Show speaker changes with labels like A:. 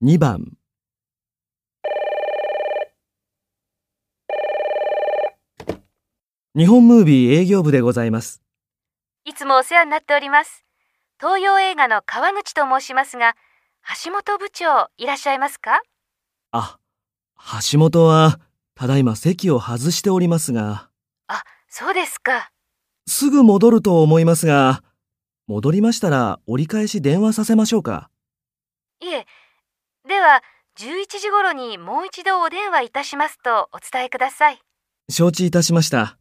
A: 2番日本ムービー営業部でございます
B: いつもお世話になっております。東洋映画の川口と申しますが、橋本部長いらっしゃいますか
A: あ橋本はただいま席を外しておりますが
B: そうですか。
A: すぐ戻ると思いますが戻りましたら折り返し電話させましょうか
B: いえ、では11時頃にもう一度お電話いたしますとお伝えください。
A: 承知いたしました